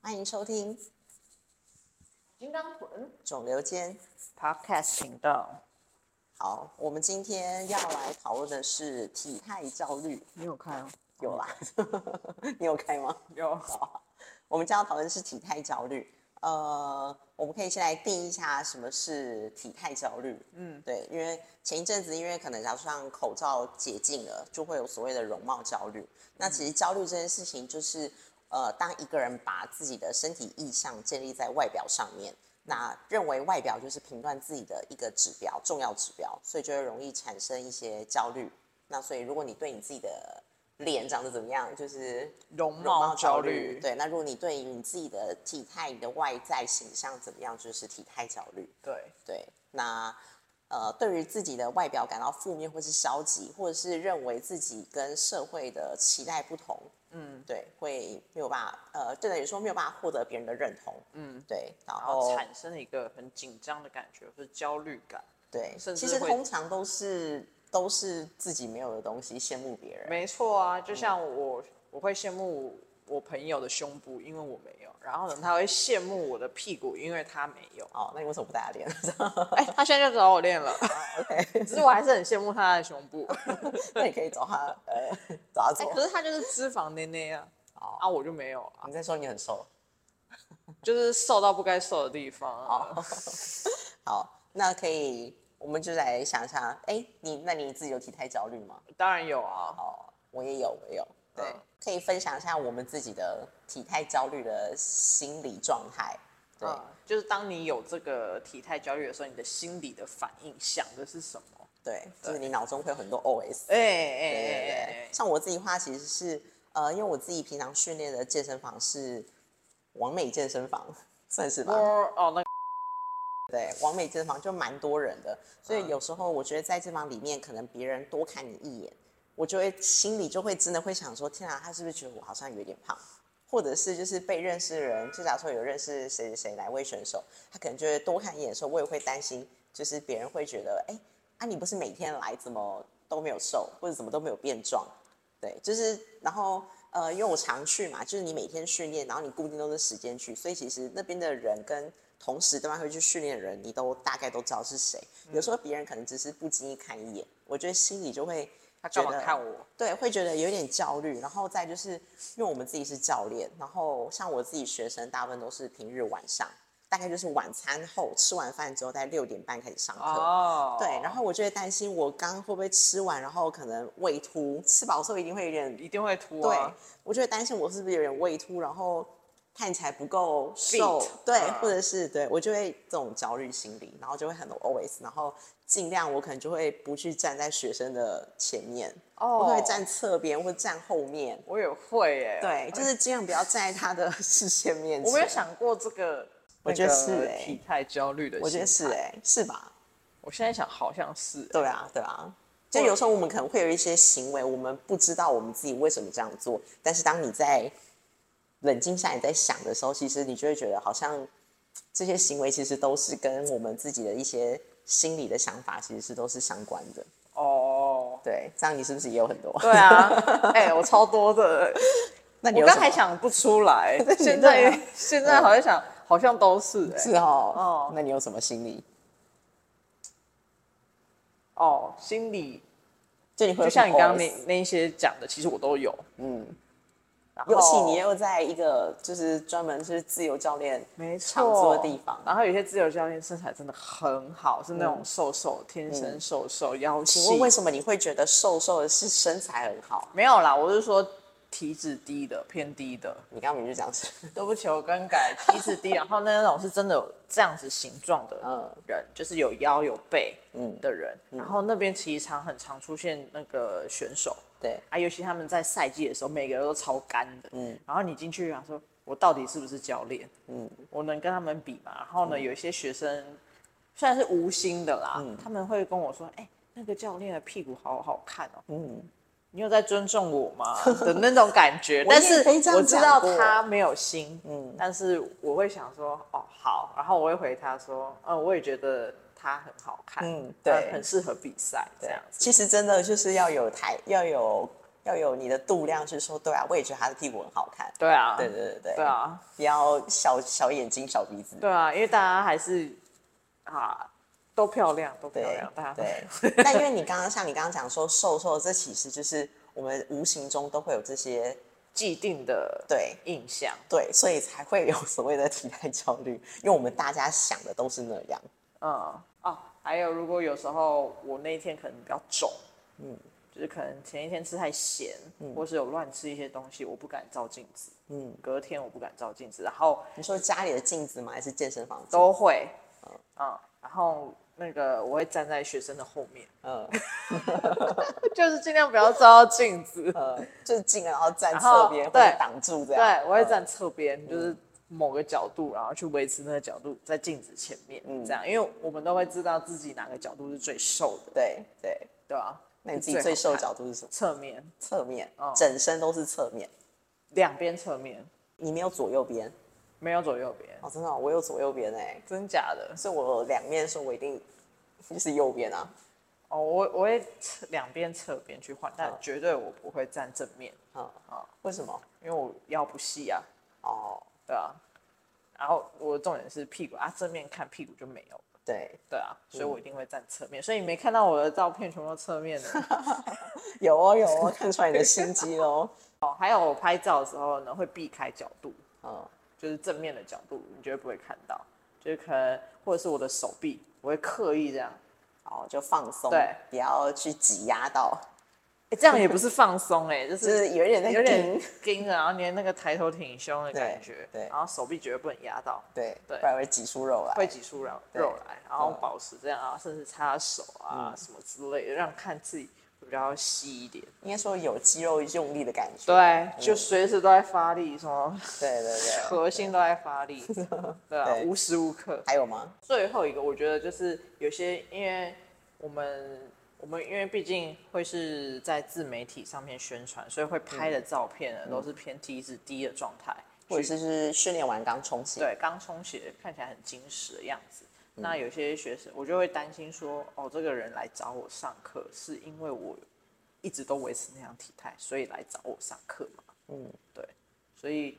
欢迎收听金刚臀肿瘤间。 Podcast 频道，好，我们今天要来讨论的是体态焦虑，你有看哦？有啦， 你有开吗？有。我们今天要讨论的是体态焦虑。呃，我们可以先来定义一下什么是体态焦虑。嗯，对，因为前一阵子，因为可能加上口罩解禁了，就会有所谓的容貌焦虑。那其实焦虑这件事情，就是呃，当一个人把自己的身体意向建立在外表上面，那认为外表就是评断自己的一个指标，重要指标，所以就会容易产生一些焦虑。那所以，如果你对你自己的脸长得怎么样，就是容容貌貌焦焦虑虑，，对。那如果你对于你自己的体态、你的外在形象怎么样，就是体态焦虑。对对，那呃，对于自己的外表感到负面或是消极，或者是认为自己跟社会的期待不同，嗯，对，会没有办法，呃，就等于说没有办法获得别人的认同，嗯，对，然然后后产生了一个很紧张的感觉，或是焦虑感。对，甚其至实会通常都是都是自己没有的东西羡慕别人，。没错啊，就像我，我会羡慕我朋友的胸部，因为我没有；然后呢，他会羡慕我的屁股，因为他没有哦，那你为什么不打脸？ 哎、他现在就找我 练了， OK，只是我还是很羡慕他的胸部。那你可以找他，呃， 找他哎、做。可是他就是脂肪捏捏啊，哦 啊，我就没有啊，你在说你很瘦，就是瘦到不该瘦的地方啊。好，那可以，我们就来想一下，哎，你那你自己有体态焦虑吗？当然有啊，哦，我也有，我也有。对，嗯可以分享一下我们自己的体态焦虑的心理状态。对，嗯，就是当你有这个体态焦虑的时候，你的心理的反应想的是什么？对，就是你脑中会有 很多 OS。对哎对哎对哎哎，像我自己的话，其实是呃，因为我自己平常训练的健身房是完美健身房， 算是吧？我哦，那对，完美健身房就蛮多人的，所以嗯有时候我觉得在这房里面，可能别人多看你一眼，我就会心里就会真的会想说，天啊，他是不是觉得我好像有点胖？或者是就是被认识的人，就假如说有认识谁谁谁哪位选手，他可能就会多看一眼的时候，我也会担心，就是别人会觉得，哎、啊你不是每天来怎么都没有瘦，或者怎么都没有变壮？对，就是然后呃，因为我常去嘛，就是你每天训练，然后你固定都是时间去，所以其实那边的人跟同时对方会去训练的人，你都大概都知道是谁。有嗯时候别人可能只是不经意看一眼，我觉得心里就会他觉干嘛得看我？对，会觉得有点焦虑。然后再就是，因为我们自己是教练，然后像我自己学生，大部分都是平日晚上，大概就是晚餐后吃完饭之后，在六点半开始上课。哦，对，然后我就会担心我刚会不会吃完，然后可能胃突，吃饱之后一定会有点一定会秃对啊。，我就会担心我是不是有点胃突，然后看起来不够瘦 Fit，对，嗯或者是对我就会这种焦虑心理，然后就会很 always，然后尽量我可能就会不去站在学生的前面，哦我可能会站侧边或站后面，我也会耶。对，就是尽量不要站在他的 视线面前。我没有，想过这个，我觉得是那个哎体态焦虑的，我觉得是哎、。是吧？我现在想好像是，对啊，对啊。就有时候我们可能会有一些行为，我们不知道我们自己为什么这样做，但是当你在冷静下来在想的时候，其实你就会觉得好像这些行为其实都是跟我们自己的一些心理的想法其实是都是相关的。 哦。对，这样你是不是也有很多？对啊，哎、我超多的， 那你我有什刚么才想不出 来，你现对啊在现在好像想，好像都是、哎。是哦，哦那你有什么心理？哦，心理就你会有就像你什么刚刚 OS 那那一些讲的，其实我都有。嗯，然后尤其你又在一个就是专门就是自由教练没错常做的地方，嗯然后有些自由教练身材真的很好，是那种瘦瘦，天生瘦瘦，腰细。请问为什么你会觉得瘦瘦的是身材很好？没有啦，我是说体脂低的，偏低的。你刚刚明明就讲 是，对不起，我更改，体脂低，然后那种是真的有这样子形状的嗯人，就是有腰有背的人。然后那边其实常很常出现那个选手，对，啊，尤其他们在赛季的时候，每个人都超干的。嗯，然后你进去想说，我到底是不是教练？嗯，我能跟他们比吗？然后嗯呢，有一些学生虽然是无心的啦，他们会跟我说，哎、那个教练的屁股好好看哦。嗯。你有在尊重我 吗？的那种感觉，我也但是被这样我知道讲过他没有心，嗯，但是我会想说，哦，好，然后我会回他说，嗯，我也觉得他很好看，呃嗯他对啊很适合比赛这样子。其实真的就是要有台，要有要有你的度量去说，对啊，我也觉得他的屁股很好看。对啊，对对对对，对啊，不要小小眼睛、小鼻子。对啊，因为大家还是啊都漂亮，都漂对啊亮，大家都对， 但因为你刚刚像你刚刚讲说瘦瘦，这其实就是我们无形中都会有这些 既定的对印象。对，所以才会有所谓的体态焦虑，因为我们大家想的都是那样。嗯，哦，还有如果有时候我那一天可能比较重，嗯，就是可能前一天吃太咸，嗯或是有乱吃一些东西，我不敢照镜子，嗯，隔天我不敢照镜子，然后你说家里的镜子吗？还是健身房的镜子？都会，嗯，然后那个我会站在学生的后面，嗯 就是尽量不要照到镜子，呃，就是进来然后站然后侧边，或对者挡住这对样。，我会站侧边，就是某个角度，然后去维持那个角度在镜子前面，嗯这样，因为我们都会知道自己哪个角度是最瘦的，对对，对吧？那你自己最瘦的好看哦角度是什么？侧面，侧面，整身都是侧面，两边侧面。你没有左右边。没有左右边，哦，真的哦、我有左右边哎、真假的？所以我两面说我一定就是右边啊。哦，我我会侧两边侧边去换，但绝对我不会站正面，嗯哦啊，为什么？因为我腰不细啊，哦，对啊。然后我的重点是屁股啊，正面看屁股就没有了，对，对啊，嗯所以我一定会站侧面。所以你没看到我的照片全部都侧面的有哦有 哦，看出来你的心机喽。哦。还有我拍照的时候呢，会避开角度，嗯，就是正面的角度，你绝对不会看到。就是可能或者是我的手臂，我会刻意这样，哦，就放松，对，不要去挤压到，哎，这样也不是放松哎、就就是是有一点在有点盯盯着，然后连那个抬头挺胸的感觉，对对然后手臂绝对不能压到，对，对不然会挤出肉来。会挤出肉肉来，然后嗯保持这样啊，甚至擦手啊什么之类的，让看自己比较细一点。应该说有肌肉用力的感觉。对，就随时都在发力，什么对嗯对啊对， 核心都在发 力，对啊，对无时无刻。还有吗？最后一个，我觉得就是有些，因为我们我们因为毕竟会是在自媒体上面宣传，所以会拍的照片呢、啊都是偏体脂低的状态，或者是就是训练完刚冲洗，对，刚充血看起来很精实的样子。嗯那有些学生，我就会担心说，哦，这个人来找我上课，是因为我一直都维持那样体态，所以来找我上课嘛。嗯，对，所以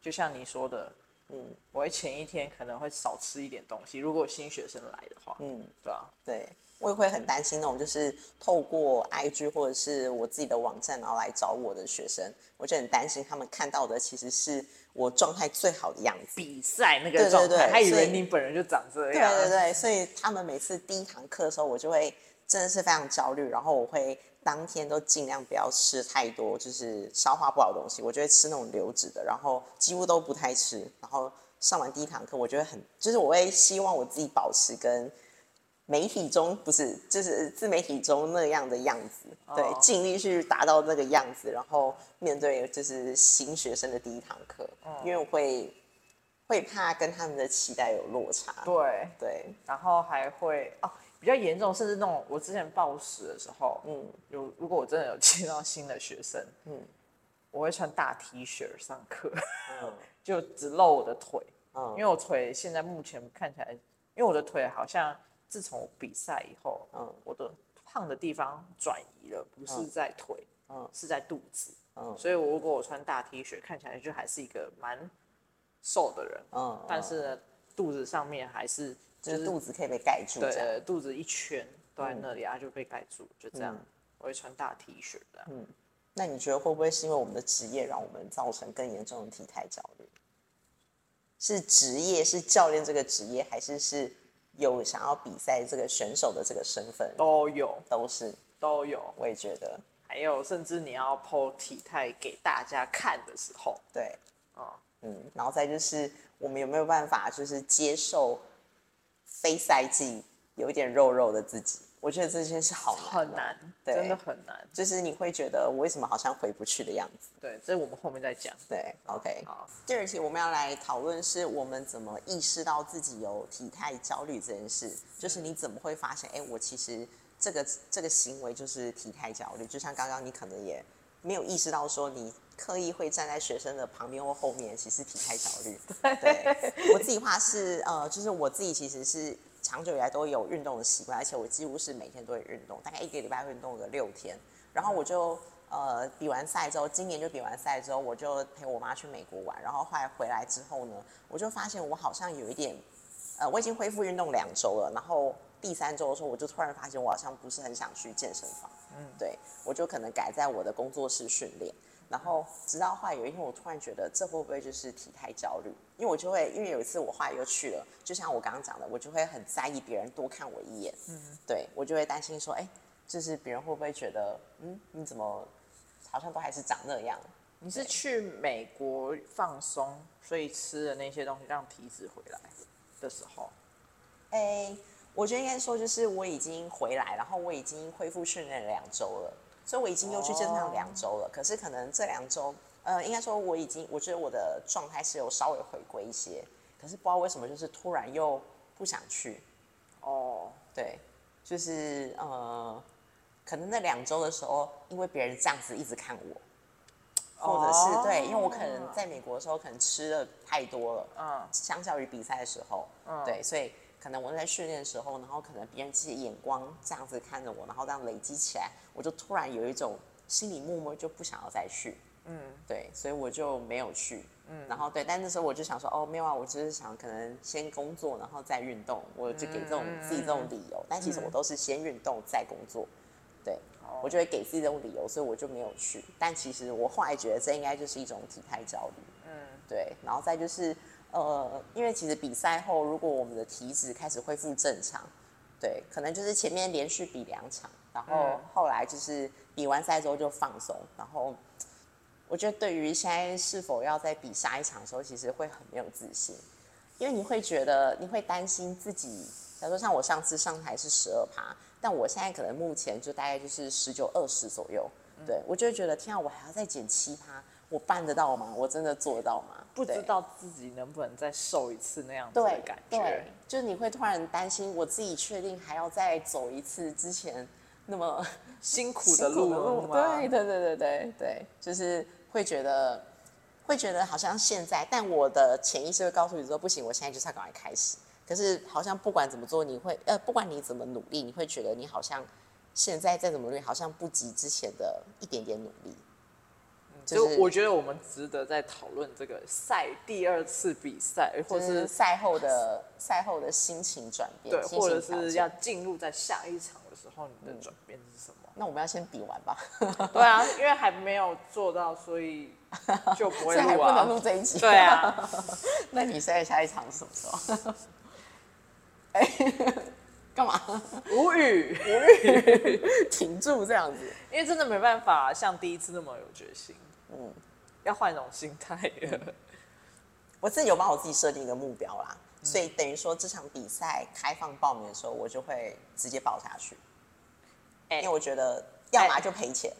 就像你说的，嗯，我会前一天可能会少吃一点东西，如果有新学生来的话，嗯，对啊，对，我也会很担心那种就是透过 IG 或者是我自己的网站然后来找我的学生，我就很担心他们看到的其实是我状态最好的样子。比赛那个对状对态，他以所为以你本人就长这对样，对对，所以他们每次第一堂课的时候，我就会真的是非常焦虑，然后我会当天都尽量不要吃太多就是消化不好的东西，我就会吃那种流质的，然后几乎都不太吃。然后上完第一堂课，我就会很就是我会希望我自己保持跟媒体中不是，就是自媒体中那样的样子，对，尽力去达到那个样子，然后面对就是新学生的第一堂课，因为我会会怕跟他们的期待有落差，对对，然后还会哦，比较严重，甚至那种我之前暴食的时候，嗯，有如果我真的有接到新的学生，嗯，我会穿大 T 恤上课， 就只露我的腿，嗯因为我腿现在目前看起来，因为我的腿好像自从我比赛以后，嗯嗯，我的胖的地方转移了，不是在腿，嗯嗯，是在肚子，嗯嗯，所以我如果我穿大 T 恤，看起来就还是一个蛮瘦的人，嗯，但是呢，肚子上面还是就就是是肚子可以被盖住这样，对，肚子一圈都在那里，啊，就被盖住，就这样。我会穿大 T 恤的，那你觉得会不会是因为我们的职业让我们造成更严重的体态焦虑？是职业，是教练这个职业，还是是有想要比赛这个选手的这个身份，都有都是，都有。我也觉得，还有，甚至你要剖体态给大家看的时候，对，啊、嗯，然后再就是我们有没有办法，就是接受非赛季有一点肉肉的自己？我觉得这件事好难，很，难，对真的很难。就是你会觉得我为什么好像回不去的样子？对，这我们后面再讲。对，OK。好，第二题我们要来讨论是我们怎么意识到自己有体态焦虑这件事，就是你怎么会发现，哎、我其实这个这个行为就是体态焦虑，就像刚刚你可能也没有意识到说你刻意会站在学生的旁边或后面，其实体态焦虑。对，我自己话是呃，就是我自己其实是长久以来都有运动的习惯，而且我几乎是每天都会运动，大概一个礼拜会运动个六天。然后我就呃，比完赛之后，今年就比完赛之后，我就陪我妈去美国玩，然后后来回来之后呢，我就发现我好像有一点，呃，我已经恢复运动两周了，然后第三周的时候，我就突然发现我好像不是很想去健身房，嗯，对我就可能改在我的工作室训练，然后直到后来有一天，我突然觉得这会不会就是体态焦虑？因为我就会，因为有一次我后来又去了，就像我刚刚讲的，我就会很在意别人多看我一眼，嗯，对我就会担心说，哎、就是别人会不会觉得，嗯，你怎么好像都还是长那样？你是去美国放松，所以吃的那些东西让体脂回来的时候，哎、我觉得应该说就是我已经回来，然后我已经恢复训练两周了，所以我已经又去健身房两周了。可是可能这两周，呃，应该说我已经，我觉得我的状态是有稍微回归一些，可是不知道为什么就是突然又不想去，哦，对，就是呃，可能那两周的时候，因为别人这样子一直看我。或者是、对，因为我可能在美国的时候，可能吃的太多了，嗯，相较于比赛的时候，对，所以可能我在训练的时候，然后可能别人这些眼光这样子看着我，然后这样累积起来，我就突然有一种心里默默就不想要再去，嗯，对，所以我就没有去，嗯，然后对，但那时候我就想说，哦，没有啊，我只是想可能先工作，然后再运动，我就给这种、自己这种理由，但其实我都是先运动再工作，对，我就会给自己这种理由，所以我就没有去。但其实我后来觉得这应该就是一种体态焦虑，嗯，对。然后再就是呃，因为其实比赛后，如果我们的体脂开始恢复正常，对，可能就是前面连续比两场，然后嗯后来就是比完赛之后就放松，然后。我觉得对于现在是否要再比下一场的时候，其实会很没有自信，因为你会觉得你会担心自己，假如说像我上次上台是十二趴，但我现在可能目前就大概就是十九二十左右，嗯对我就会觉得天啊，我还要再减七趴，我办得到吗？我真的做得到吗？不对知道自己能不能再瘦一次那样子的对感对觉，，就是你会突然担心，我自己确定还要再走一次之前那么辛苦的路了吗对对对对对对，就是会觉得会觉得好像现在，但我的潜意识会告诉你说，不行，我现在就是要赶快开始。可是好像不管怎么做，你会呃，不管你怎么努力，你会觉得你好像现在再怎么努力，好像不及之前的一点点努力。嗯就就是我觉得我们值得再讨论这个赛第二次比赛，或就者是是赛后的赛后的心情转变，对，心或者情调整是嗯要进入在下一场的时候，你的转变是什 么？那我们要先比完吧，对啊，因为还没有做到，所以就不所会以还录不能录啊。这一集。 对， 啊，那你现在下一场是什么时候？ 哎，干嘛？ 无语，停住这样子。因为真的没办法啊像第一次那么有决心。嗯，要换一种心态了。嗯 我自己有帮我自己设定一个目标啦，嗯所以等于说这场比赛开放报名的时候，我就会直接报下去，哎因为我觉得要么就赔钱，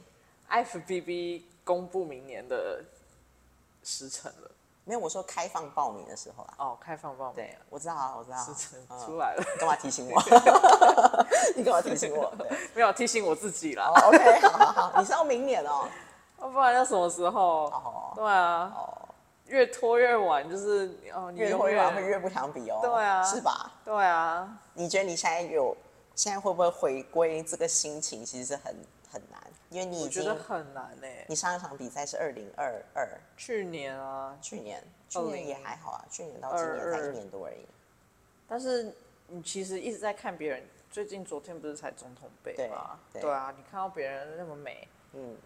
FBB 公布明年的时辰了，没有我说开放报名的时候啊。哦，开放报名对，我知道啊，我知道啊时辰。出嗯来了， 你干嘛提醒我？你干嘛提醒我？对没有提醒我自己啦哦。，OK，好好好，你是要明年 哦。要不然要什么时候？哦对啊，哦，越拖越晚，就是哦，你越永会越远晚会越不想比哦。对啊是吧？对啊，你觉得你现在有现在会不会回归这个心情？其实是很很难，因为你我已觉经得很难诶、你上一场比赛是二零二二，去年啊，去年去年也还好啊，去年到今年才22一年多而已。但是你其实一直在看别人。最近昨天不是才总统杯对吗？对啊，你看到别人那么美，嗯，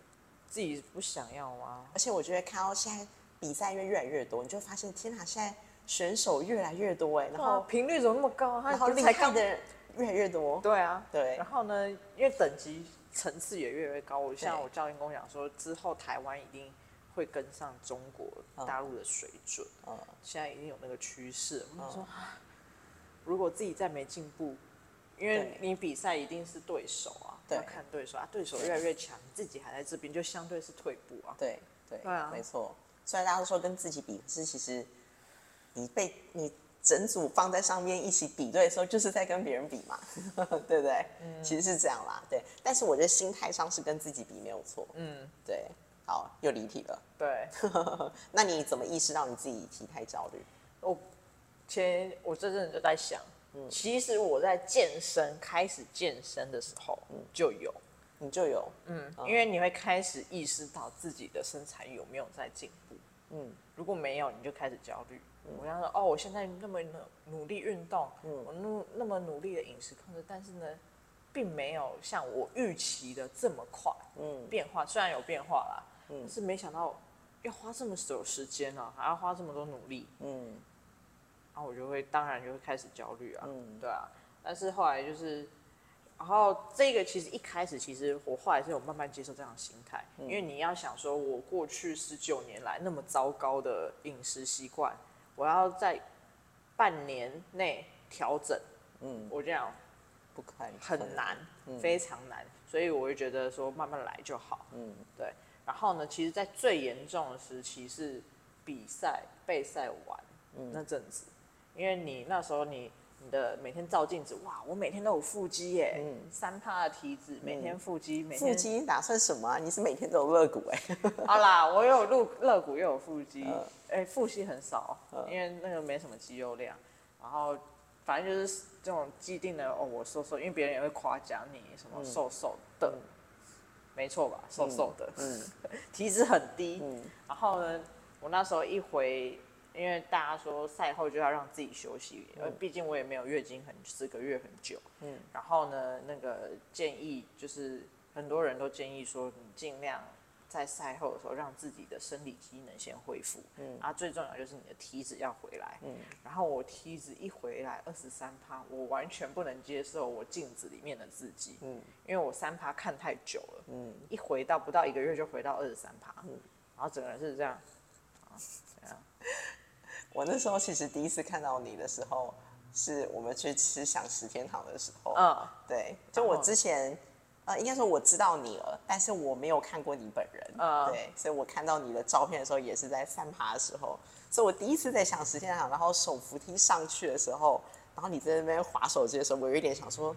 自己不想要吗？而且我觉得看到现在比赛越越来越多，你就会发现天哪，现在选手越来越多哎、然然后后哦频率怎么那么高啊？他然后不是厉啊才害刚的人越来越多，对啊，对然后呢，因为等级层次也越来越高，我像我教练跟我讲说，之后台湾一定会跟上中国大陆的水准，嗯，现在已经有那个趋势。我想说，啊如果自己再没进步，因为对你比赛一定是对手啊，对要看对手啊，对手越来越强，你自己还在这边，就相对是退步啊。对对，对啊没错。虽然大家都说跟自己比，可是其实你被你整组放在上面一起比对的时候，就是在跟别人比嘛， 对不对？嗯其实是这样啦，对。但是我觉得心态上是跟自己比没有错，嗯，对。好，又离题了。 对，那你怎么意识到你自己体态焦虑？我前我这阵子就嗯在嗯想，其实我在健身开始健身的时候就有，你就有，嗯，因为你会开始意识到自己的身材有没有在进步。嗯，如果没有，你就开始焦虑。我想说，哦，我现在那么努努力运动，我那那么努力的饮食控制，但是呢，并没有像我预期的这么快。嗯，变化虽然有变化啦，但是没想到要花这么久时间啊，还要花这么多努力。嗯，然后我就会当然就会开始焦虑啊，嗯对啊。但是后来就是，然后这个其实一开始其实我后来是有慢慢接受这样的心态，因为你要想说，我过去十九年来那么糟糕的饮食习惯，我要在半年内调整，嗯，我这样不可能，很嗯难，非常难，所以我就觉得说慢慢来就好，嗯，对。然后呢，其实，在最严重的时期是比赛备赛完、那阵子，因为你那时候你你的每天照镜子，哇，我每天都有腹肌耶，三趴的体脂，每天嗯腹肌，每腹天肌打算什么啊？你是每天都有肋骨哎、 好啦，我有肋肋骨又有腹肌，哎、腹肌很少，因为那个没什么肌肉量。然后反正就是这种既定的哦，我瘦瘦，因为别人也会夸奖你什么瘦瘦的，没错吧？瘦瘦的， 体脂很低。然后呢，我那时候一回。因为大家说赛后就要让自己休息，呃、毕竟我也没有月经很四个月很久，嗯，然后呢，那个建议就是很多人都建议说，你尽量在赛后的时候让自己的生理机能先恢复，嗯，啊，最重要就是你的体脂要回来，嗯，然后我体脂一回来二十三趴，我完全不能接受我镜子里面的自己，嗯，因为我三趴看太久了，嗯，一回到不到一个月就回到二十三趴，嗯，然后整个人是这样，我那时候其实第一次看到你的时候，是我们去吃享食天堂的时候。嗯，对，就我之前，呃，应该说我知道你了，但是我没有看过你本人。嗯对，所以我看到你的照片的时候，也是在三爬的时候，所以我第一次在享食天堂，然后手扶梯上去的时候，然后你在那边划手机的时候，我有一点想说，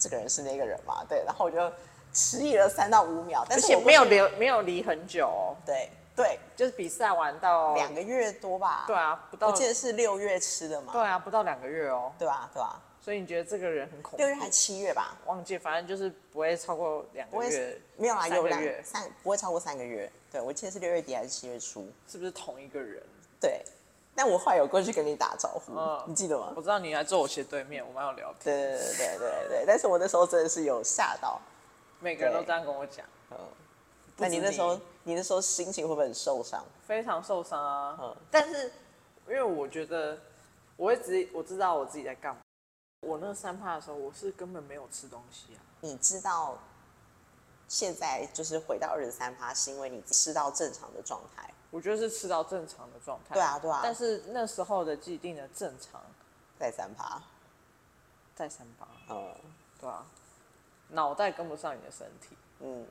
这个人是那个人嘛？对，然后我就迟疑了三到五秒，但而是且我没有留。留没有离很久、哦，对对，就是比赛完到两个月多吧。嗯对，啊，不到我记得是六月吃的嘛。对啊，不到两个月哦，对吧？对啊吧？所以你觉得这个人很恐怖六？月还七月吧？忘记，反正就是不会超过两不个月会，，没有啦，三有个两月三不会超过三个月。对，我记得是六月底还是七月初。是不是同一个人？对，但我后来有过去跟你打招呼，嗯你记得吗我？知道你来坐我斜对面，我们有聊天，对对对对对对，但是我那时候真的是有吓到。每个人都这样跟我讲，那你止那时候你，你那时候心情会不会很受伤？非常受伤啊。嗯但是因为我觉得，我会自己我知道我自己在干嘛。我那三趴的时候，我是根本没有吃东西啊。你知道，现在就是回到二十三趴，是因为你吃到正常的状态。我觉得是吃到正常的状态，对啊对啊啊但是那时候的既定的正常在三趴，在三八，嗯对啊，脑袋跟不上你的身体，嗯，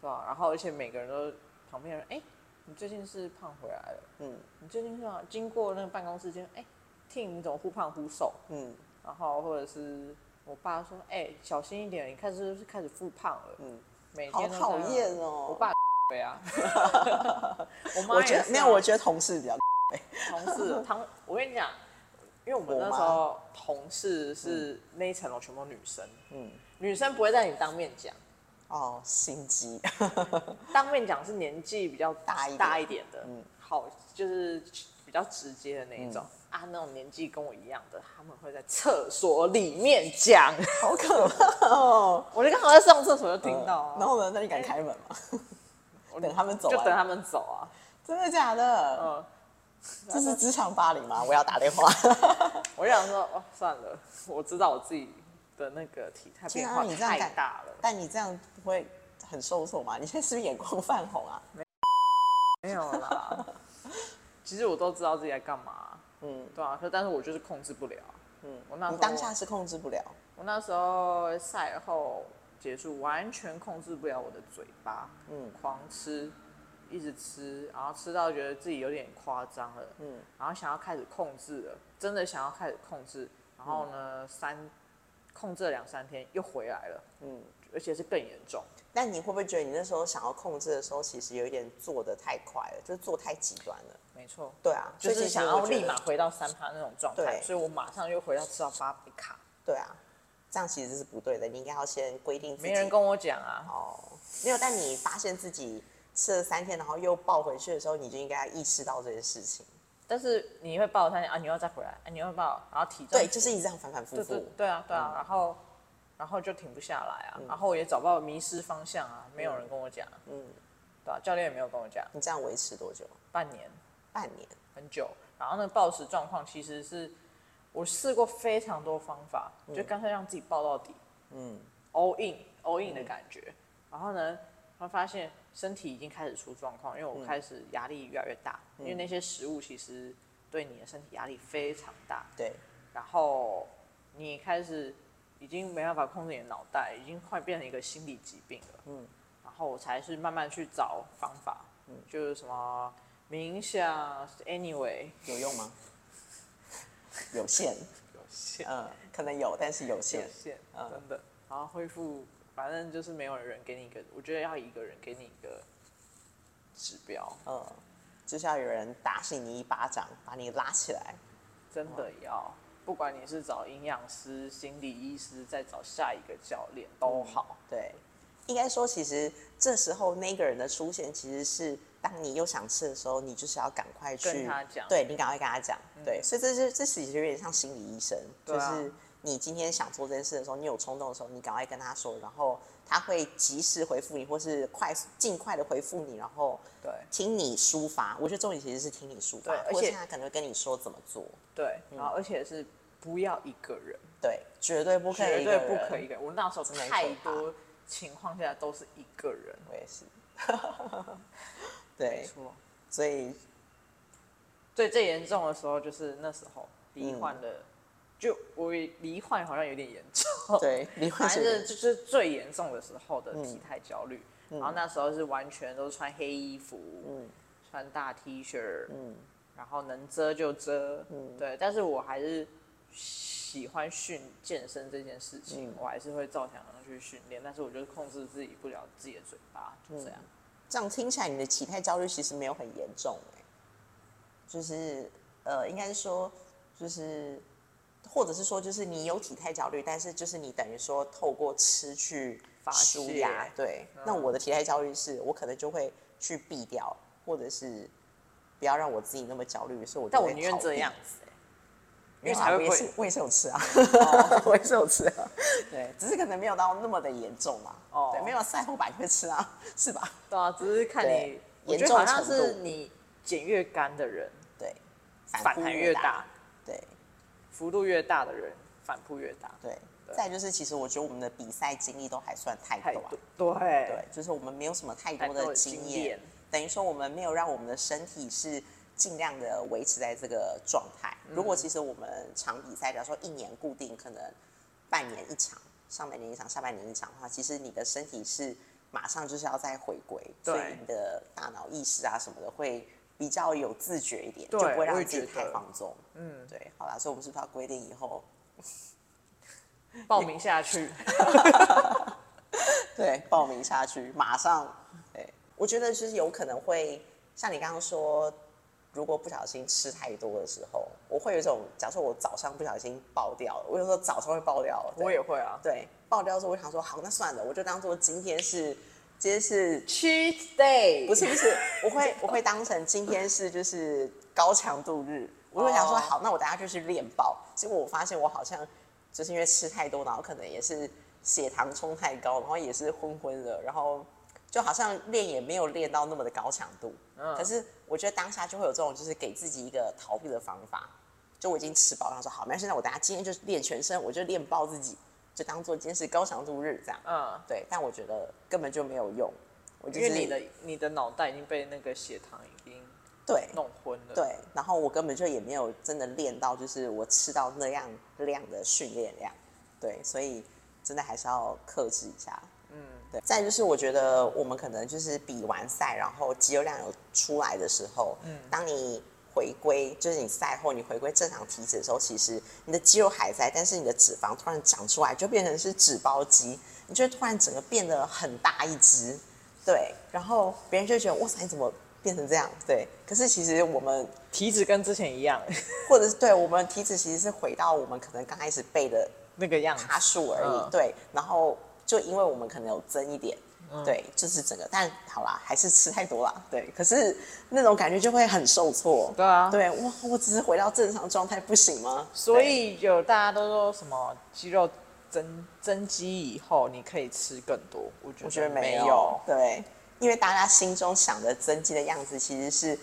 对吧、然后而且每个人都旁边人，哎、你最近是胖回来了，嗯嗯，你最近是吧经过那个办公室间，哎、听你怎么忽胖忽瘦，嗯嗯，然后或者是我爸说，哎、小心一点，你开始是不是开始复胖了，嗯，每好天都讨这样厌，哦！我爸对啊，我妈我觉也得是没啊有，我觉得同事比较同事同，我跟你讲，因为我们那时候同事是那一层楼全部女生，嗯，女生不会在你当面讲。哦心 机，当面讲是年纪比较大一点嗯大一点的，好就是比较直接的那一种、啊，那种年纪跟我一样的，他们会在厕所里面讲， 好可怕哦！我就刚好在上厕所就听到、啊，嗯然后呢？那你敢开门吗？我等他们走就等完，他们走啊，真的假的？嗯，这是职场霸凌吗？我要打电话。 我就想说哦算了，我知道我自己的那个体态变化天啊你这样太敢大了，但你这样不会很受挫吗？你现在是不是眼眶泛红啊？没有 啦，其实我都知道自己在干嘛，嗯，对啊，可但是我就是控制不了，嗯，我那时你候当下是控制不了，我那时候赛后结束，完全控制不了我的嘴巴，嗯，狂吃，一直吃，然后吃到觉得自己有点夸张了，嗯，然后想要开始控制了，真的想要开始控制，然后嗯呢，三控制了两三天又回来了，嗯，而且是更严重，但你会不会觉得你那时候想要控制的时候，其实有一点做的太快了，就是做太极端了？没错，对啊，就所以是其实想要我觉得立马回到三趴那种状态，对所以我马上又回到吃到八倍卡，对啊，这样其实是不对的。你应该要先规定自己。没人跟我讲啊，哦，没有。但你发现自己吃了三天，然后又抱回去的时候，你就应该意识到这件事情。但是你会抱他啊，你又再回来，啊，你又抱，然后体重对，就是一直这样反反复对复对。对啊对啊，然后然后就停不下来啊，然后我也找不到迷失方向啊，没有人跟我讲，嗯，对啊，教练也没有跟我讲，你这样维持多久？半年半年。很久，然后那个暴食状况其实是我试过非常多方法，就干脆让自己暴到底，嗯，all 嗯 in all in 的感觉，然后呢，他发现身体已经开始出状况，因为我开始压力越来越大，因为那些食物其实对你的身体压力非常大，对，然后你开始已经没办法控制你的脑袋，已经快变成一个心理疾病了。嗯，然后我才是慢慢去找方法，嗯，就是什么冥想，anyway，有用吗？ 有限，有限嗯，可能有，但是有限有。限，真的。然后恢复，反正就是没有人给你一个，我觉得要一个人给你一个指标，嗯，就是要有人打醒你一巴掌，把你拉起来。真的要。不管你是找营养师、心理医师，再找下一个教练都好，对，应该说，其实这时候那个人的出现，其实是当你又想吃的时候，你就是要赶快去跟他讲嗯对你赶快跟他讲，对，所以这是这其实有点像心理医生，对啊就是你今天想做这件事的时候，你有冲动的时候，你赶快跟他说，然后他会及时回复你，或是快速尽快的回复你，然后对听你抒发。我觉得重点其实是听你抒发对，而或是且他可能会跟你说怎么做，对，然后而且是不要一个人。对，绝对不可以绝一对个不人可以一个人。我那时候的很太可怕多情况下都是一个人，我也是， 对，错。所以最最严重的时候就是那时候嗯罹患的，就我也罹患好像有点严 重，对罹患反是有点嗯正就是最严重的时候的体态焦虑。然后那时候是完全都是穿黑衣服，嗯穿大 T 恤，然后能遮就遮，嗯对。但是我还是喜欢训健身这件事情，嗯我还是会照常去训练，但是我就是控制自己不了自己的嘴巴，就嗯这样。这样听起来，你的体态焦虑其实没有很严重、欸，就是呃，应该是说，就是或者是说，就是你有体态焦虑，但是就是你等于说透过吃去发泄嗯舒压，对。那我的体态焦虑是我可能就会去避掉，或者是不要让我自己那么焦虑，所以我就但我会宁愿逃这避样， 子、因因为才会我也会哦是我也是有吃啊， 我也是有吃啊，对，只是可能没有到那么的严重嘛，哦对，没有赛后版会吃啊，是吧？对啊，只是看你对，我觉严得重好像程是度你减越干的人，对，反反扑弹越越大，对幅度越大的人，反扑越大。对。再就是，其实我觉得我们的比赛经历都还算太太短多，对啊对，就是我们没有什么太太多多的的经经验验，等于说我们没有让我们的身体是尽量的维持在这个状态。嗯如果其实我们场比赛，假如说一年固定可能半年一场，上半年一场，下半年一场的话，其实你的身体是马上就是要再回归，所以对你的大脑意识啊什么的会比较有自觉一点，就对不会我让也自己觉太得放纵。嗯，对，好啦，所以我们是不是要规定以后报名下去，对，报名下去，马上。对，我觉得就是有可能会像你刚刚说，如果不小心吃太多的时候，我会有一种，假如说我早上不小心爆掉了，我有时候早上会爆掉了，对我也会 啊。对爆掉的时候，我想说好，那算了，我就当做今天是今天是 Cheat Day 不是不是，我会我会当成今天是就是高强度日，我就想说哦好，那我等下就去练爆。结果我发现我好像就是因为吃太多，然后可能也是血糖冲太高，然后也是昏昏的，然后就好像练也没有练到那么的高强度。嗯可是我觉得当下就会有这种就是给自己一个逃避的方法，就我已经吃饱，然后说好，那现在我等下今天就练全身，我就练爆自己，就当做今天是高强度日这样。嗯，对，但我觉得根本就没有用。我就因为是你的你的脑袋已经被那个血糖已经对弄昏了。，对，然后我根本就也没有真的练到，就是我吃到那样量的训练量，对，所以真的还是要克制一下。嗯，对。再就是我觉得我们可能就是比完赛，然后肌肉量有出来的时候，嗯，当你回归，就是你赛后你回归正常体脂的时候，其实你的肌肉还在，但是你的脂肪突然长出来，就变成是脂包肌，你就会突然整个变得很大一只。对，然后别人就觉得哇塞，你怎么变成这样？对，可是其实我们体脂跟之前一样，或者是对我们体脂其实是回到我们可能刚开始背的那个样子。爬树而已。嗯对，然后就因为我们可能有增一点，嗯对，就是整个，但好啦，还是吃太多啦。对，可是那种感觉就会很受挫。对啊对，哇，我只是回到正常状态不行吗？所以有大家都说什么肌肉增增肌以后你可以吃更多，我觉得我觉得没没有，对，因为大家心中想的增肌的样子其实是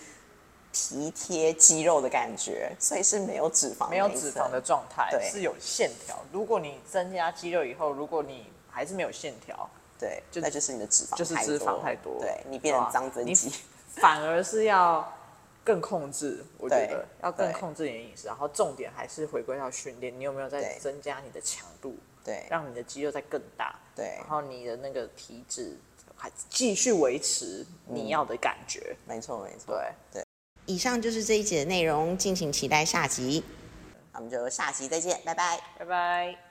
皮贴肌肉的感觉，所以是没有脂肪，没有脂肪的。状态对是有线条。如果你增加肌肉以后，如果你还是没有线条，对，就那就是你的脂肪，就是脂肪太多对你变成对啊脏增肌你，反而是要更控制。我觉得对要更对控制你的饮食，然后重点还是回归到训练。你有没有在对增加你的强度，对让你的肌肉再更大？对然，后你的那个体脂还继续维持嗯你要的感觉。没错没错。对，以上就是这一节的内容，敬请期待下集。那我们就下集再见，拜拜。拜拜。